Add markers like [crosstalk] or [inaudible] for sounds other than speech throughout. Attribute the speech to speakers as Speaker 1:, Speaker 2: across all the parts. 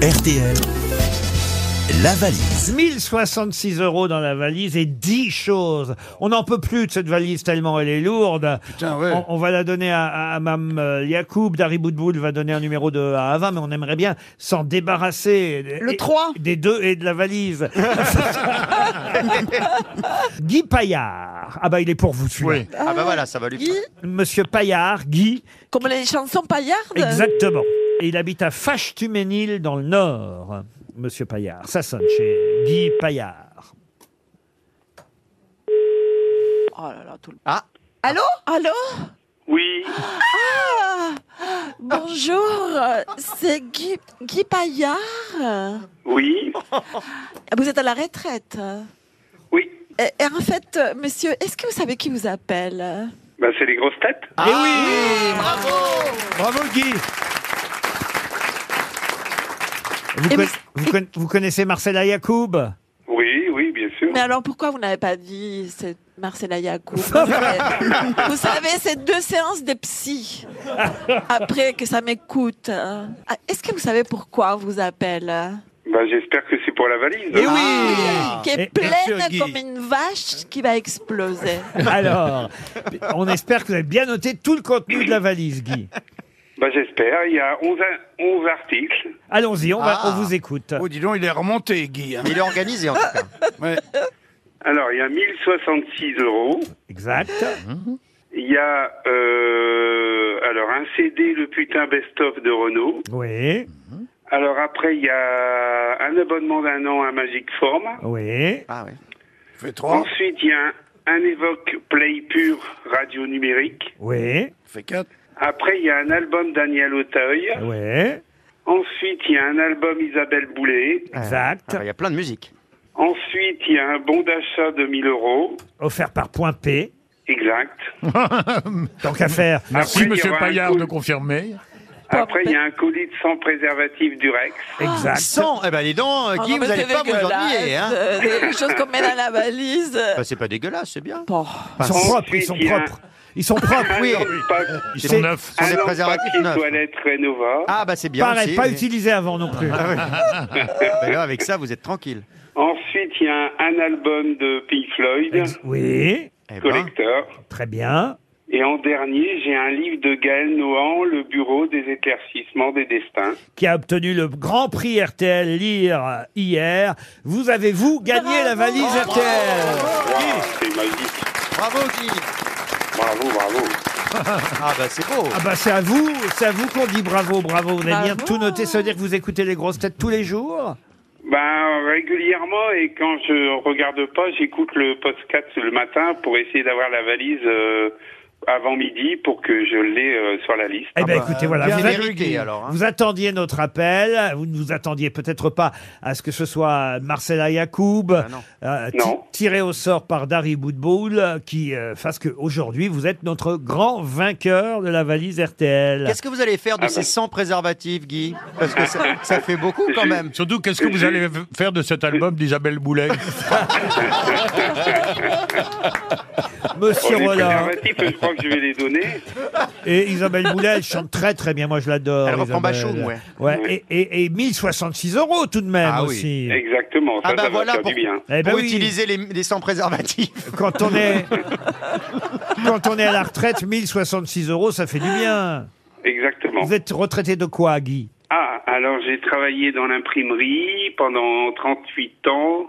Speaker 1: RTL, la valise.
Speaker 2: 1066 euros dans la valise et 10 choses. On n'en peut plus de cette valise tellement elle est lourde.
Speaker 3: Putain, ouais.
Speaker 2: on, on va la donner à, à, à Mme euh, Yacoub. Dari Boudboul va donner un numéro de à Ava, mais on aimerait bien s'en débarrasser.
Speaker 4: Le
Speaker 2: Et-
Speaker 4: 3.
Speaker 2: Des deux et de la valise. Guy Paillard. Ah bah il est pour vous celui-là.
Speaker 3: Oui.
Speaker 5: Ah bah voilà, ça va lui.
Speaker 4: Guy,
Speaker 2: Monsieur Paillard, Guy,
Speaker 4: comme les chansons paillardes
Speaker 2: exactement. Et il habite à Fâche-Tuménil dans le Nord. Monsieur Paillard. Ça sonne chez Guy Paillard.
Speaker 4: Oh là là, tout le...
Speaker 5: Ah.
Speaker 4: Allô Allô Ah,
Speaker 6: Oui,
Speaker 4: Bonjour, c'est Guy, Guy Paillard.
Speaker 6: oui,
Speaker 4: Vous êtes à la retraite.
Speaker 6: oui.
Speaker 4: Et, et en fait, monsieur, est-ce que vous savez qui vous appelle
Speaker 6: Bah, c'est les grosses têtes.
Speaker 3: Ah
Speaker 2: Eh oui
Speaker 3: Bravo Guy
Speaker 2: Vous,
Speaker 4: Et
Speaker 2: conna-
Speaker 4: vous-
Speaker 2: vous conna- vous connaissez Marcella Yacoub
Speaker 6: Oui, oui, bien sûr.
Speaker 4: Mais alors pourquoi vous n'avez pas dit c'est Marcela Yacoub Vous savez- Vous savez, c'est deux séances de psy. Après que ça m'écoute. Ah, Est-ce que vous savez pourquoi on vous appelle hein?
Speaker 6: Bah, j'espère que c'est pour la valise.
Speaker 3: Eh
Speaker 5: Ah.
Speaker 3: oui
Speaker 4: Qui est
Speaker 2: Et-
Speaker 4: pleine
Speaker 3: Monsieur Guy.
Speaker 4: comme une vache qui va exploser.
Speaker 2: Alors, on espère que vous avez bien noté tout le contenu de la valise, Guy.
Speaker 6: Bah, j'espère. Il y a 11, a- 11 articles.
Speaker 2: Allons-y, on, va-
Speaker 5: Ah.
Speaker 2: on vous écoute.
Speaker 3: Oh dis donc, il est remonté Guy. hein.
Speaker 5: Mais il est organisé en tout cas.
Speaker 3: Ouais.
Speaker 6: Alors, il y a 1066 euros.
Speaker 2: Exact.
Speaker 6: Il y a, euh, alors, un CD, le putain best-of de Renault.
Speaker 2: Oui,
Speaker 6: Alors, après, il y a un abonnement d'un an à Magic Form.
Speaker 2: oui.
Speaker 5: Ah ouais.
Speaker 3: Ça fait 3, ça
Speaker 6: Ensuite, il y a un, un Evoque Play Pure radio numérique.
Speaker 2: Oui,
Speaker 3: fait 4.
Speaker 6: Après, il y a un album Daniel Auteuil.
Speaker 2: Ah oui,
Speaker 6: Ensuite, il y a un album Isabelle Boulay.
Speaker 2: exact.
Speaker 5: Ah bah, Il y a plein de musique.
Speaker 6: Ensuite, il y a un bon d'achat de 1000 euros.
Speaker 2: Offert par Point P.
Speaker 6: Exact.
Speaker 2: Tant qu'à faire. Ah.
Speaker 6: Merci, Après, il y monsieur aura un Paillard, coup. de
Speaker 3: confirmer.
Speaker 6: Après, il y a un colis de sang préservatif du Rex.
Speaker 2: Exact.
Speaker 5: 100 Eh ben les dents,
Speaker 4: Oh,
Speaker 5: Guy,
Speaker 4: non, mais
Speaker 5: vous allez
Speaker 4: c'est
Speaker 5: pas vous
Speaker 4: dégueulasse.
Speaker 5: ennuyer. Hein.
Speaker 4: Euh, Des choses qu'on met dans la valise.
Speaker 5: Bah, c'est pas dégueulasse, c'est bien.
Speaker 4: Bon.
Speaker 2: Ils sont
Speaker 6: Ensuite,
Speaker 2: propres, ils sont
Speaker 6: il y a-
Speaker 2: propres. Ils sont propres,
Speaker 6: Un
Speaker 2: oui.
Speaker 6: lampe-pack-
Speaker 5: C'est-
Speaker 2: sont
Speaker 5: neufs.
Speaker 6: un
Speaker 5: des
Speaker 6: lampe
Speaker 5: préservatifs
Speaker 6: papier
Speaker 5: neufs.
Speaker 6: toilette Renova.
Speaker 5: Ah bah c'est bien
Speaker 2: Pareil,
Speaker 5: aussi.
Speaker 2: pas utilisé avant non plus.
Speaker 5: Bah, là, avec ça, vous êtes tranquille.
Speaker 6: Ensuite, il y a un, un album de Pink Floyd,
Speaker 2: Ex- Oui,
Speaker 5: Eh ben,
Speaker 6: collecteur.
Speaker 2: très bien.
Speaker 6: Et en dernier, j'ai un livre de Gaël Nohan, Le bureau des éclaircissements des destins.
Speaker 2: Qui a obtenu le grand prix RTL Lire euh, hier. Vous avez, vous, gagné la valise
Speaker 5: Bravo.
Speaker 2: RTL.
Speaker 6: Waouh, c'est magique.
Speaker 5: bravo Guy.
Speaker 6: Bravo, bravo.
Speaker 5: Ah bah c'est beau.
Speaker 2: Ah bah c'est à vous, c'est à vous qu'on dit bravo, bravo. Vous avez bien
Speaker 4: Bravo.
Speaker 2: tout noté, ça veut dire que vous écoutez les grosses têtes tous les jours
Speaker 6: Ben, régulièrement, et quand je regarde pas, j'écoute le podcast le matin pour essayer d'avoir la valise euh, avant midi pour que je l'ai euh, sur la liste.
Speaker 2: Eh ben
Speaker 5: bah,
Speaker 2: écoutez, voilà,
Speaker 5: bien
Speaker 2: vous, a-
Speaker 5: mérité, alors, hein.
Speaker 2: vous attendiez notre appel, vous ne vous attendiez peut-être pas à ce que ce soit Marcella Yacoub,
Speaker 5: Ah Bah, non.
Speaker 2: euh, ti-
Speaker 6: Non.
Speaker 2: tirée au sort par Dari Boudboul, euh, qui euh, fasse que aujourd'hui vous êtes notre grand vainqueur de la valise RTL.
Speaker 5: Qu'est-ce que vous allez faire de
Speaker 6: Ah
Speaker 5: ces
Speaker 6: bah.
Speaker 5: 100 préservatifs, Guy Parce que ça, ça fait beaucoup quand même.
Speaker 7: Surtout, qu'est-ce que vous allez f- faire de cet album d'Isabelle Boulay
Speaker 6: Pour
Speaker 2: Monsieur
Speaker 6: les
Speaker 2: Rollin
Speaker 6: préservatifs, je crois que je vais
Speaker 5: [laughs]
Speaker 6: les donner.
Speaker 2: et Isabelle Boulet, elle chante très très bien, moi je l'adore.
Speaker 5: Elle reprend
Speaker 2: Isabelle.
Speaker 5: Bachoum, ouais.
Speaker 2: ouais. Et, et, et 1066 euros tout de même
Speaker 5: Ah oui.
Speaker 2: aussi.
Speaker 6: Exactement, ça,
Speaker 5: Ah bah
Speaker 6: ça
Speaker 5: voilà
Speaker 6: va faire
Speaker 5: pour-
Speaker 6: du bien.
Speaker 2: Eh ben
Speaker 5: pour
Speaker 2: oui.
Speaker 5: utiliser les, les 100 préservatifs.
Speaker 2: quand on est quand on est à la retraite, 1066 euros, ça fait du bien.
Speaker 6: Exactement.
Speaker 2: Vous êtes retraité de quoi, Guy
Speaker 6: Ah, alors j'ai travaillé dans l'imprimerie pendant 38 ans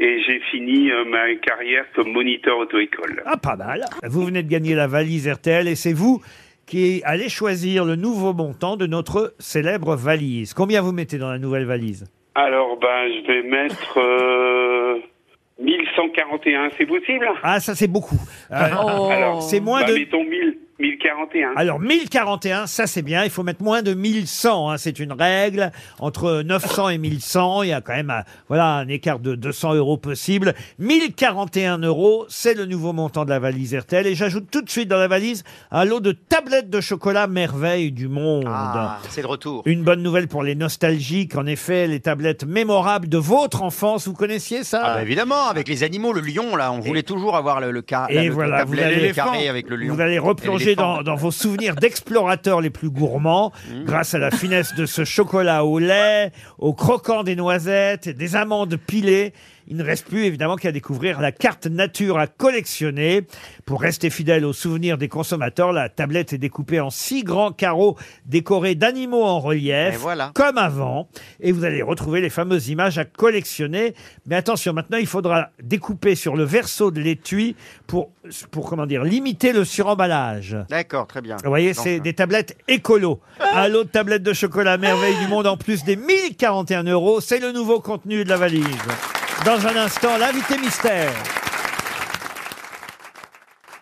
Speaker 6: et j'ai fini euh, ma carrière comme moniteur auto-école.
Speaker 2: Ah, pas mal. Vous venez de gagner la valise RTL et c'est vous qui allez choisir le nouveau montant de notre célèbre valise. Combien vous mettez dans la nouvelle valise
Speaker 6: Alors, ben, je vais mettre euh, 1141, c'est possible
Speaker 2: Ah, ça c'est beaucoup. Euh,
Speaker 4: Oh.
Speaker 6: Alors,
Speaker 2: c'est moins
Speaker 6: Bah,
Speaker 2: de.
Speaker 6: mettons 1000, 1041.
Speaker 2: Alors 1041, ça c'est bien, il faut mettre moins de 1100, hein, c'est une règle. Entre 900 et 1100, il y a quand même euh, voilà, un écart de 200 euros possible. 1041 euros, c'est le nouveau montant de la valise RTL. Et j'ajoute tout de suite dans la valise un lot de tablettes de chocolat merveille du monde.
Speaker 5: Ah, c'est le retour.
Speaker 2: Une bonne nouvelle pour les nostalgiques, en effet, les tablettes mémorables de votre enfance, vous connaissiez ça
Speaker 5: Ah bah évidemment, avec les animaux, le lion, là, on voulait toujours avoir le, le, car-
Speaker 2: Et
Speaker 5: la- Ah, bah, le
Speaker 2: voilà, vous
Speaker 5: tablette
Speaker 2: allez-
Speaker 5: carré avec le lion.
Speaker 2: Vous allez
Speaker 5: Et
Speaker 2: replonger plongé dans, dans vos souvenirs d'explorateurs les plus gourmands
Speaker 5: Mm.
Speaker 2: grâce à la finesse de ce chocolat au lait, au croquant des noisettes, des amandes pilées. Il ne reste plus évidemment qu'à découvrir la carte nature à collectionner. Pour rester fidèle aux souvenirs des consommateurs, la tablette est découpée en six grands carreaux décorés d'animaux en relief,
Speaker 5: Et voilà.
Speaker 2: comme avant. Et vous allez retrouver les fameuses images à collectionner. Mais attention, maintenant, il faudra découper sur le verso de l'étui pour, pour comment dire, limiter le suremballage.
Speaker 5: D'accord, très bien.
Speaker 2: Vous voyez,
Speaker 5: Donc, euh, hein.
Speaker 2: c'est des tablettes écolo. À l'autre tablette de chocolat merveille du monde en plus des 1041 euros. C'est le nouveau contenu de la valise. Dans un instant, l'invité mystère.